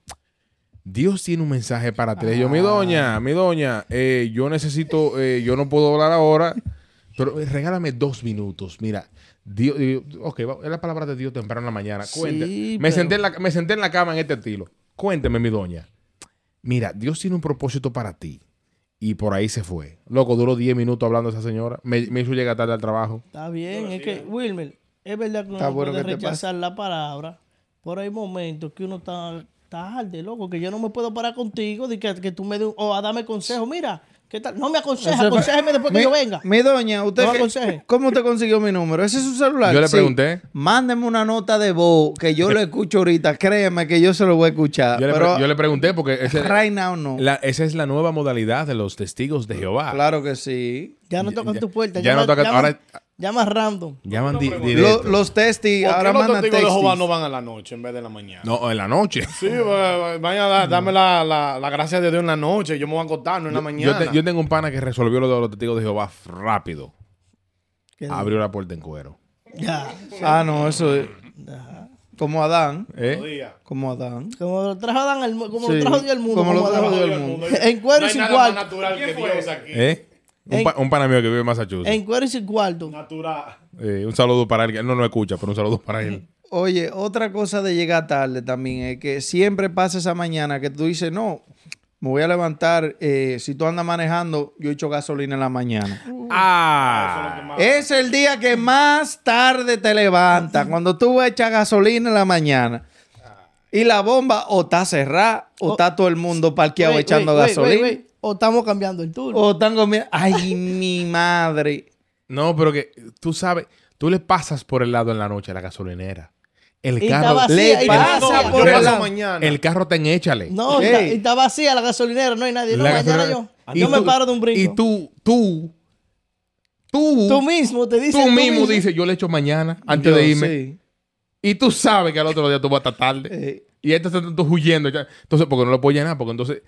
C: Dios tiene un mensaje para ti. Le digo, mi
B: Ah.
C: doña, mi doña, eh, yo necesito, eh, yo no puedo hablar ahora, pero eh, regálame dos minutos. Mira, Dios, digo, ok, va- es la palabra de Dios temprano en la mañana.
B: Sí,
C: Cuente. me,
B: pero-
C: senté en la, me senté en la cama en este estilo. Cuénteme, mi doña. Mira, Dios tiene un propósito para ti. Y por ahí se fue. Loco, duró 10 minutos hablando esa señora. Me, me hizo llegar tarde al trabajo.
B: Está bien, es que, Wilmer, es verdad que uno
A: Está
B: no
A: bueno
B: puede
A: que te
B: rechazar la palabra, pero hay momentos que uno está tarde, loco, que yo no me puedo parar contigo, de que, que tú me des, un- o a darme consejo, mira, ¿qué tal? No me aconsejas, aconsejame después que
A: mi,
B: yo venga.
A: Mi doña, usted
B: No
A: que-
B: aconseje.
A: ¿cómo usted consiguió mi número? ¿Ese es su celular?
C: Yo le pregunté.
A: Mándeme una nota de voz que yo lo escucho ahorita. Créeme que yo se lo voy a escuchar.
C: Yo le,
A: Ah, pero
C: pre- yo le pregunté porque ese-
A: right now no.
C: la- esa es la nueva modalidad de los testigos de Jehová.
A: Claro que sí.
B: Ya no tocan
C: ya-
B: tu puerta.
C: ya no tocan-
B: llama-
C: ahora-
B: Llama random.
C: Llaman di-
A: Lo-
C: directo.
A: los testis,
D: Oh, ¿Por
A: ahora
D: qué los
A: mandan
D: testigos de
A: testis.
D: Jehová no van a la noche en vez de la mañana?
C: No, en la noche.
D: Sí, va- va- vaya, da- dame la, la, la gracia de Dios en la noche. Yo me voy a acostar, no en la mañana.
C: Yo, te- yo tengo un pana que resolvió lo de los testigos de Jehová f- rápido.
B: Que-
C: Abrió la puerta en cuero.
B: Ya.
A: Ah, no, eso es. Como Adán.
C: ¿Eh?
D: Día.
A: Como Adán.
B: Como lo trajo Dan al mu- como lo
A: Sí,
B: trajo Dios al mundo.
A: como lo
B: Adán.
A: trajo Dios al
D: Todo el mundo.
B: En cuero
D: No
B: y
D: hay
B: sin
D: nada más
B: cuarto.
D: natural que Dios aquí.
C: ¿Eh? Un,
B: Ey.
C: pa- un pana mío que vive en Massachusetts.
B: En cuero y sin cuarto.
D: Natural.
C: Eh, un saludo para él. que Él no nos escucha, pero un saludo para él.
A: Oye, otra cosa de llegar tarde también es que siempre pasa esa mañana que tú dices, no, me voy a levantar. eh, si tú andas manejando, yo echo gasolina en la mañana.
C: ¡Ah!
A: Es el día que más tarde te levantas. Cuando tú echas gasolina en la mañana. Y la bomba o está cerrada o está todo el mundo parqueado
B: Wey,
A: echando
B: wey, wey,
A: gasolina.
B: wey, wey. O estamos cambiando el
C: Oh,
B: turno.
A: O están comiendo. Ay, mi madre.
C: No, pero que tú sabes, tú le pasas por el lado en la noche a la gasolinera. El
B: Y
C: carro.
B: está vacía,
A: le
B: y está
A: pasa
B: vacía.
A: por
D: yo
A: el
D: paso
A: lado.
D: mañana.
C: El carro ten échale.
B: No,
A: Ey.
B: está, está vacía la gasolinera, no hay nadie. No,
C: La
B: mañana yo.
C: gasolinera- y
B: Yo me
C: tú-
B: paro de un brinco.
C: Y tú, tú, tú,
B: Tú mismo te dices.
C: tú mismo dices, yo le echo mañana antes
A: Yo,
C: de irme.
A: sí.
C: Y tú sabes que al otro día tú vas a estar tarde.
A: Eh,
C: Y entonces tú huyendo. ya. Entonces, porque no lo puedes llenar, porque entonces.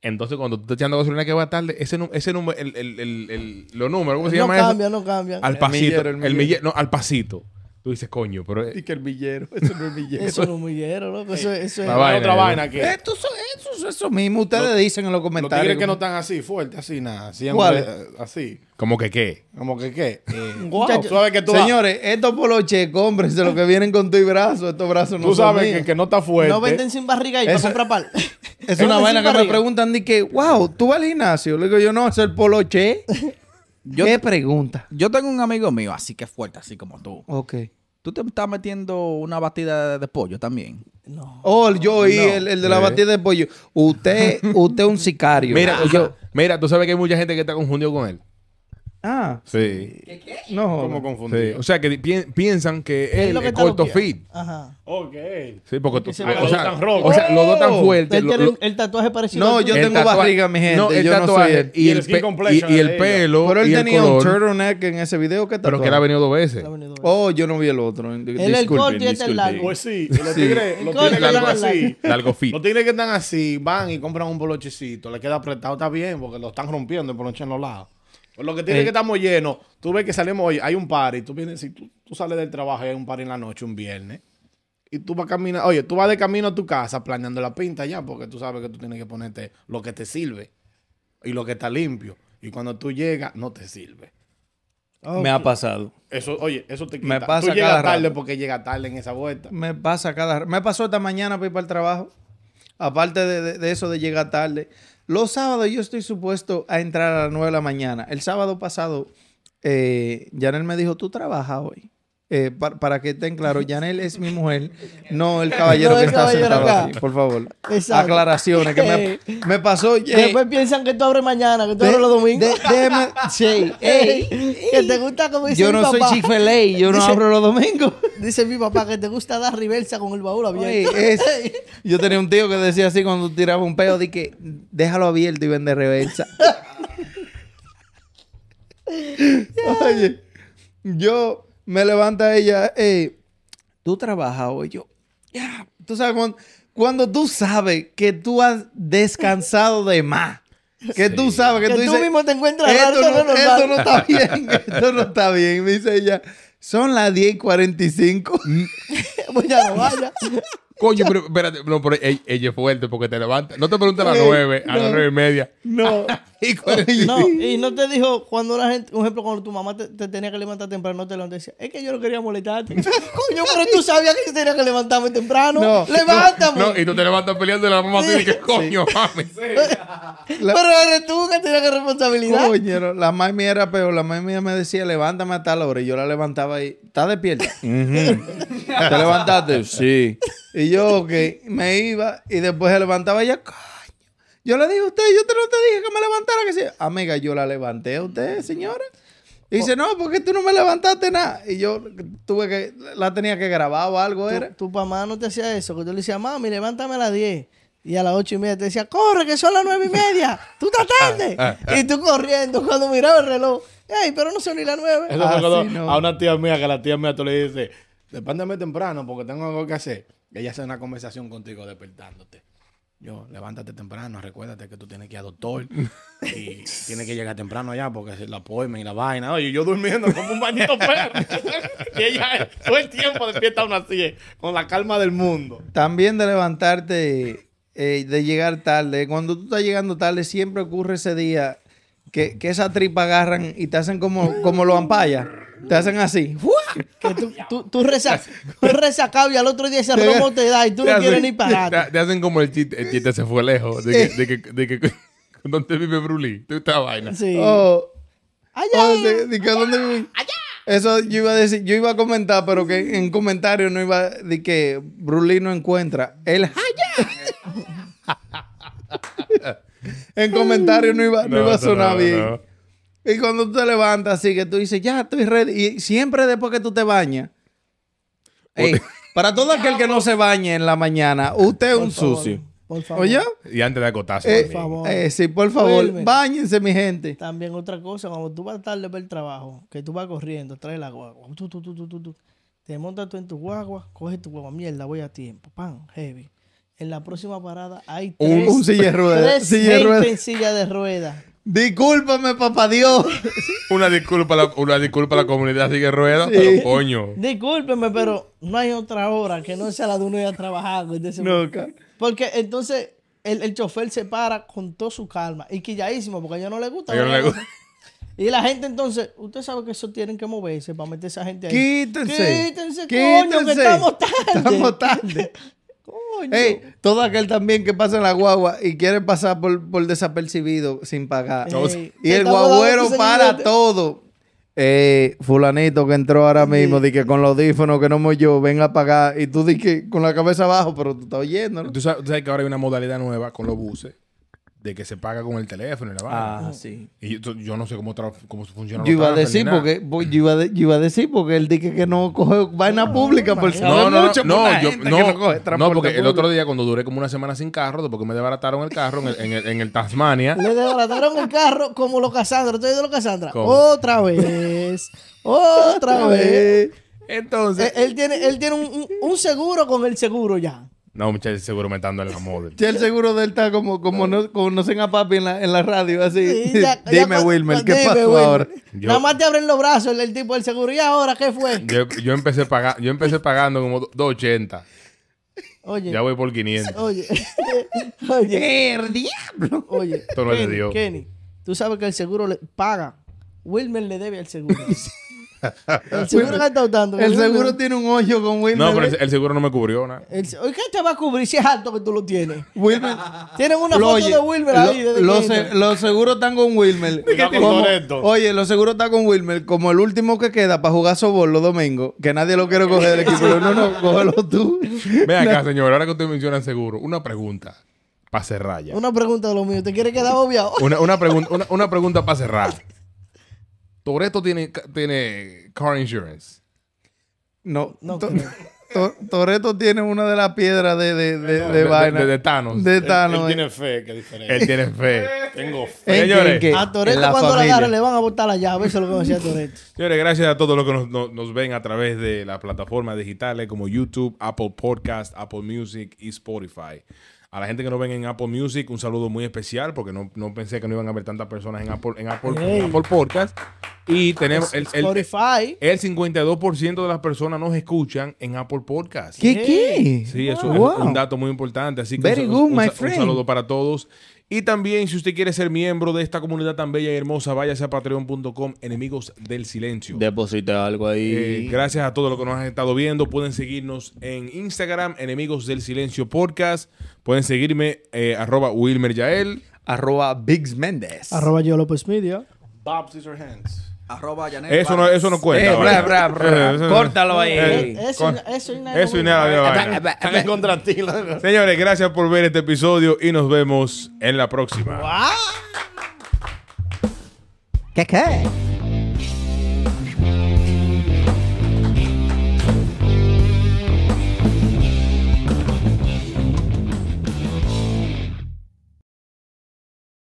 C: Entonces, cuando tú estás echando gasolina que va tarde, ese, nu- ese número, el, el, el, el- los números, ¿cómo se
B: No
C: llama
B: cambia,
C: eso?
B: no cambia.
C: Al pasito.
A: millero, el
C: el millero.
A: millero.
C: No, al pasito. Tú dices, coño, pero. eh,
A: y que el villero. Eso no es villero.
B: Eso no es millero, loco. Eso, eso es.
C: La vaina,
D: otra
C: eh.
D: vaina que.
A: Esto, eso, eso, eso mismo. Ustedes dicen en los
D: Los
A: comentarios.
D: tigres que no están así, fuerte, así, nada. Siempre
A: ¿Cuál?
D: eh, así.
C: Como que qué.
D: Como que qué. Eh,
A: Wow.
D: Tú sabes que tú,
A: Señores, estos polochecos, hombres, de los que vienen con tu brazo, estos brazos no
D: tú
A: son
D: sabes
A: míos.
D: que, que no está fuerte.
B: No venden sin barriga y para
A: Eso-
B: comprar
C: [laughs]
B: pal.
A: Es una
B: Venden
A: vaina que
B: sin
A: me
B: barriga.
A: preguntan de que, wow, ¿tú vas al gimnasio? Le digo yo, no, es el
D: [laughs]
A: poloche.
E: Yo-
A: ¿Qué pregunta?
E: Yo tengo un amigo mío, así que fuerte, así como tú.
A: Ok.
E: Tú te estás metiendo una batida de, de pollo también.
B: No.
A: Oh, el- yo oí
E: No.
A: el, el de la
C: Eh.
A: batida de pollo.
D: [laughs]
A: Usted, usted es un sicario.
C: Mira, tú
A: yo.
C: sabes, mira, tú sabes que hay mucha gente que está confundido con él.
A: Ah,
C: Sí.
A: no. joda.
D: Como confundido.
C: O sea, que pi- piensan que él
B: lo
C: es,
B: que está
C: corto
B: loqueado.
C: fit.
B: Ajá.
D: Ok.
C: Sí, porque tú,
B: se
C: o,
D: ve- los dos
C: sea,
D: tan rojos.
C: o sea, los dos tan
A: Oh.
C: fuertes.
B: Él
C: lo-
B: tiene
C: lo-
B: el tatuaje parecido.
A: No,
B: al
A: yo
B: tuyo.
C: el
A: tengo barriga, mi gente,
C: el
A: yo no soy
C: tatuaje
A: él.
C: y
D: Y
C: el,
D: el skin
C: pe-
D: complexion
C: y- y
D: de
C: el
D: ella.
C: pelo.
A: Pero él
C: y el
A: tenía un
C: color,
A: turtleneck en ese video que
C: Pero que él ha venido dos veces.
B: Ha venido dos.
A: Oh, yo no vi el otro.
B: Él es el corto y este es el
F: disculpen.
B: largo.
D: Pues sí. Los tigres, los
B: Coño,
D: tigres que
B: largo.
D: están así.
C: Largo
D: [laughs]
C: fit.
D: Los tigres que están así van y compran un polochecito, le queda apretado, está bien, porque lo están rompiendo el poloche en los lados. Por lo que tiene
A: Ey.
D: que estamos llenos, tú ves que salimos hoy, hay un party, tú vienes, si tú, tú sales del trabajo y hay un party en la noche, un viernes, y tú vas caminando, oye, tú vas de camino a tu casa planeando la pinta ya, porque tú sabes que tú tienes que ponerte lo que te sirve y lo que está limpio. Y cuando tú llegas, no te sirve.
A: Me ha pasado.
D: Eso, oye, eso te quita.
A: Me pasa
D: tú llegas
A: cada
D: tarde
A: rato.
D: porque llega tarde en esa vuelta.
A: Me pasa cada... Me pasó esta mañana para ir para el trabajo. Aparte de, de- de eso de llegar tarde. Los sábados yo estoy supuesto a entrar a las 9 de la mañana. El sábado pasado, eh, Janel me dijo, tú trabajas hoy. Eh, pa- para que estén
B: [laughs]
A: claros, Janel es mi mujer, no el caballero
B: No
A: que
B: el
A: está
B: caballero
A: sentado
B: acá.
A: aquí, por favor.
B: Exacto.
A: Aclaraciones,
B: [laughs]
A: que me, me pasó... eh,
B: Después piensan que tú abres mañana, que tú
A: de-
B: abres los domingos.
A: de- déjeme- sí,
B: Ey,
A: ey,
B: [laughs] que te gusta como dice
A: yo
B: mi
A: no soy
B: papá.
A: Chick-fil-A, yo
B: [laughs]
A: no
B: Dice-
A: abro los domingos.
B: Dice mi papá que te gusta dar reversa con el baúl
A: Oye,
B: abierto. [laughs]
A: es- yo tenía un tío que decía así cuando tiraba un pedo, de que déjalo abierto y vende
B: [laughs]
A: reversa. Oye, yo me levanta ella, eh, tú trabajas hoy, yo, ya, tú sabes, cuando, cuando tú sabes que tú has descansado de más, que tú sabes que,
B: Que
A: tú
B: tú
A: dices,
B: mismo te encuentras raro,
A: esto
B: eso
A: no,
B: no es normal".
A: esto no
B: [laughs]
A: está bien, [laughs] esto no está bien, me dice ella, son las 10 y 45.
B: Pues ya
A: [laughs]
B: no vaya.
C: Coño, pero espérate, no, pero ella, ella es fuerte porque te levanta. No te pregunta a las
A: Ey,
C: nueve, a las
A: no.
C: nueve y media.
A: No.
C: [laughs] Y cuarenta y-
B: No, y no te dijo cuando la gente, un ejemplo, cuando tu mamá te, te tenía que levantar temprano, no te levantó decía, es que yo no
A: [laughs]
B: quería molestarte. Coño, pero tú sabías que yo tenía que levantarme temprano.
A: No,
B: Levántame.
C: No, y tú te levantas peleando y la mamá te dice, coño, mami.
B: Pero eres tú que tenías que responsabilidad.
A: Coño, no, la mami era peor. La mami mía me decía, levántame a tal hora. Y yo la levantaba y, ¿estás despierta? ¿Te levantaste? Sí. Y yo, ok, me iba y después se levantaba ella, coño. Yo le dije a usted, yo te, no te dije que me levantara. Que sí. Amiga, yo la levanté a usted, señora. Y dice, no, porque tú no me levantaste nada. Y yo tuve que, la tenía que grabar o algo,
B: Tu,
A: era.
B: tu mamá no te hacía eso, que tú le decías, mami, levántame a las 10. Y a las 8 y media te decía, corre, que son las 9 y media. Tú estás tarde. y tú corriendo, cuando miraba el reloj, ¡Ey, pero no son ni las nueve! Ah,
D: Eso fue
A: Así
D: cuando- Ah,
A: no.
D: a una tía mía que la tía mía tú le dices, despándame temprano porque tengo algo que hacer. Y ella hace una conversación contigo despertándote. Yo, levántate temprano, recuérdate que tú tienes que ir al doctor y tienes que llegar temprano allá porque es la poema y la vaina. Oye, yo durmiendo como un bañito [laughs] perro. y ella todo el tiempo despierta una así, eh, con la calma del mundo.
A: También de levantarte, eh, de llegar tarde. Cuando tú estás llegando tarde, siempre ocurre ese día que, que esa tripa agarran y te hacen como, como los ampayas. Te hacen así. ¡Fua!
B: Que tú, tú, tú resa- tú resacado y al otro día ese romo te da y tú
C: Te
B: no
C: hacen-
B: quieres ni pagar.
C: Te, te hacen como el chiste, el chiste se fue lejos. De que, de que, de que, [laughs] ¿Dónde vive Brulí? De esta vaina.
B: Sí.
A: O-
B: Allá.
A: o de- de oh, que dónde viví. Eso yo iba a decir, yo iba a comentar, pero que en comentario no iba de que Brulí no encuentra. El haya. [laughs] en comentario no iba, no, iba a
C: eso
A: sonar
C: no,
A: bien.
C: no.
A: Y cuando tú te levantas así que tú dices, ya estoy ready. Y siempre después que tú te bañas.
B: [laughs]
A: Ey, para todo aquel que no se bañe en la mañana, usted es
B: Por
A: un
B: favor,
A: sucio.
B: Por favor.
A: ¿Oye?
C: Y antes de acotarse.
A: Eh,
C: también.
B: favor.
A: eh, sí, por favor,
B: Vuelve.
A: bañense, mi gente.
B: También otra cosa, cuando tú vas tarde para el trabajo, que tú vas corriendo, traes la guagua, tú, tú, tú, tú, tú, tú, te montas tú en tu guagua, coges tu guagua, mierda, voy a tiempo, pan, heavy. En la próxima parada hay
A: Un-
B: tres,
A: un silla de ruedas,
B: tres
A: silla de
B: gente
A: ruedas.
B: en silla de ruedas.
A: Discúlpame, papá
B: [laughs]
A: Dios.
C: Una disculpa a la, una disculpa a la comunidad sigue rueda, pero coño.
B: Discúlpeme, pero no hay otra hora que no sea la de uno ir a trabajar. güey, de ese-
A: Nunca.
B: Porque entonces el, el chofer se para con toda su calma y quilladísimo, porque a ella no le gusta.
C: A ella no
B: ¿verdad?
C: le gusta.
B: Y la gente entonces, usted sabe que eso tienen que moverse para meter esa gente ahí.
A: Quítense.
B: Quítense, coño, que estamos tarde.
A: Estamos tarde.
B: Coño.
A: Ey, todo aquel también que pasa en la guagua y quiere pasar por, por desapercibido sin pagar.
B: Ey,
A: y el
B: estamos
A: guagüero
B: dando
A: para
B: seguimiento.
A: todo. Eh, fulanito que entró ahora mismo, di que con los audífonos que no me yo, ven a pagar. Y tú di que con la cabeza abajo, pero tú estás oyendo, ¿no?
C: Tú sabes, tú sabes que ahora hay una modalidad nueva con los buses de que se paga con el teléfono y la vaina.
B: Ah,
E: sí.
C: Y yo, yo no sé cómo, tra- cómo funciona.
A: Ah. Yo iba a decir porque voy- yo iba, a de- yo iba a decir porque él di que, que no coge vaina pública por
B: imagínate.
A: saber
C: No, no,
A: mucho
C: no,
A: por
C: no,
A: la
C: yo,
A: gente que
C: no,
A: coge
C: no,
A: transporte
C: porque el
A: público.
C: otro día cuando duré como una semana sin carro, después que me desbarataron el carro en el, en el, en el Tasmania,
B: Le desbarataron el carro como los Casandra. ¿Ustedes de los Casandra?
C: ¿Cómo?
B: Otra vez. Otra vez.
C: entonces...
B: Eh, Él tiene, él tiene un, un- un seguro con el seguro ya.
C: No, muchachos, seguro me están dando en la model.
A: Ya el seguro de él está como, como no, conocen a papi en la, en la radio, así.
B: Sí,
A: [laughs]
B: ya- ya
A: Dime,
B: cu-
A: Wilmer,
B: cu-
A: ¿qué
B: dime,
A: pasó
B: Wilmer.
A: ahora?
C: Yo-
B: Nada más te abren los brazos el, el tipo del seguro. ¿Y ahora qué fue?
C: Yo, yo empecé, paga- yo empecé pagando como do- 280,
B: Oye,
C: ya voy por 500.
B: oye, [laughs] oye,
A: ¡El diablo!
B: oye.
C: Esto no es de
B: Kenny,
C: Dios.
B: Kenny, tú sabes que el seguro le paga. Wilmer le debe al seguro. el seguro ha gastado tanto. que
A: El
B: Wilmer-
A: seguro tiene un hoyo con Wilmer. ¿eh?
C: No, pero el, el seguro no me cubrió nada.
B: el se- Oye, ¿Qué te va a cubrir si es alto que tú lo tienes?
A: Wilmer.
B: Tienen una
A: Lo-
B: foto
A: oye,
B: de Wilmer
A: lo-
B: ahí. desde
A: los
B: que
A: se-
B: entra.
A: los seguros están con
C: [laughs]
A: Wilmer.
D: Está con
A: Como-
D: Toretto.
A: oye, los seguros están con Wilmer. Como el último que queda para jugar sobol los domingos, que nadie lo quiere coger del equipo. No,
B: [laughs]
A: no, cógelo tú.
C: Ve acá, señor, ahora que usted menciona el seguro, una pregunta para cerrar ya.
B: Una pregunta de lo mío. ¿Te quiere quedar
C: [laughs]
B: obviado?
C: Una, una pregunta, una, una pregunta para cerrar. Toreto tiene, ca- tiene car insurance.
A: No,
B: No
A: To-
B: creo.
A: To- Toretto tiene una de las piedras de, de, de, de
C: de-
A: vaina.
C: de- de Thanos.
A: De
D: Él,
A: Thanos,
D: él
A: eh.
D: tiene fe, que diferente.
C: Él tiene fe.
D: Tengo fe.
A: [laughs] ¿En qué,
C: Señores,
A: en qué?
B: A Toreto
A: En la
B: cuando la
A: familia.
B: agarre le van a botar la llave. Eso es lo que me decía Toreto.
C: Señores, gracias a todos los que nos, nos- nos ven a través de las plataformas digitales como YouTube, Apple Podcast, Apple Music y Spotify. A la gente que nos ven en Apple Music, un saludo muy especial porque no, no pensé que no iban a haber tantas personas en Apple, en Apple, en
B: Ey.
C: Apple Podcast. Y tenemos el, el-
B: Spotify.
C: el 52% de las personas nos escuchan en Apple Podcast.
A: ¿Qué, qué?
C: Sí, eso es
A: Wow.
C: un dato muy importante. Así que
A: Very
C: un,
A: good,
C: un-
A: my
C: un
A: friend.
C: saludo para todos. Y también, si usted quiere ser miembro de esta comunidad tan bella y hermosa, váyase a patreon.com, enemigos del silencio.
E: Deposita algo ahí.
C: Eh, gracias a todos los que nos han estado viendo. Pueden seguirnos en Instagram, enemigos del silencio podcast. Pueden seguirme, eh, arroba Wilmer Yael.
A: Arroba Biggs Méndez.
B: Arroba yo López Media.
D: Bob Scissorhands.
E: Arroba Janet
C: Eso no,
E: Vargas.
C: eso no
A: Eh,
C: cuenta.
A: bra,
C: ¿vale?
A: bra, bra.
C: Eh, [laughs] eso-
A: Córtalo ahí.
C: Eh,
B: Eso,
C: con-
B: eso y nada.
C: Eso y nada de vaina.
D: Están contra ti. la-
C: Señores, gracias por ver este episodio y nos vemos en la próxima.
A: ¿Qué, qué?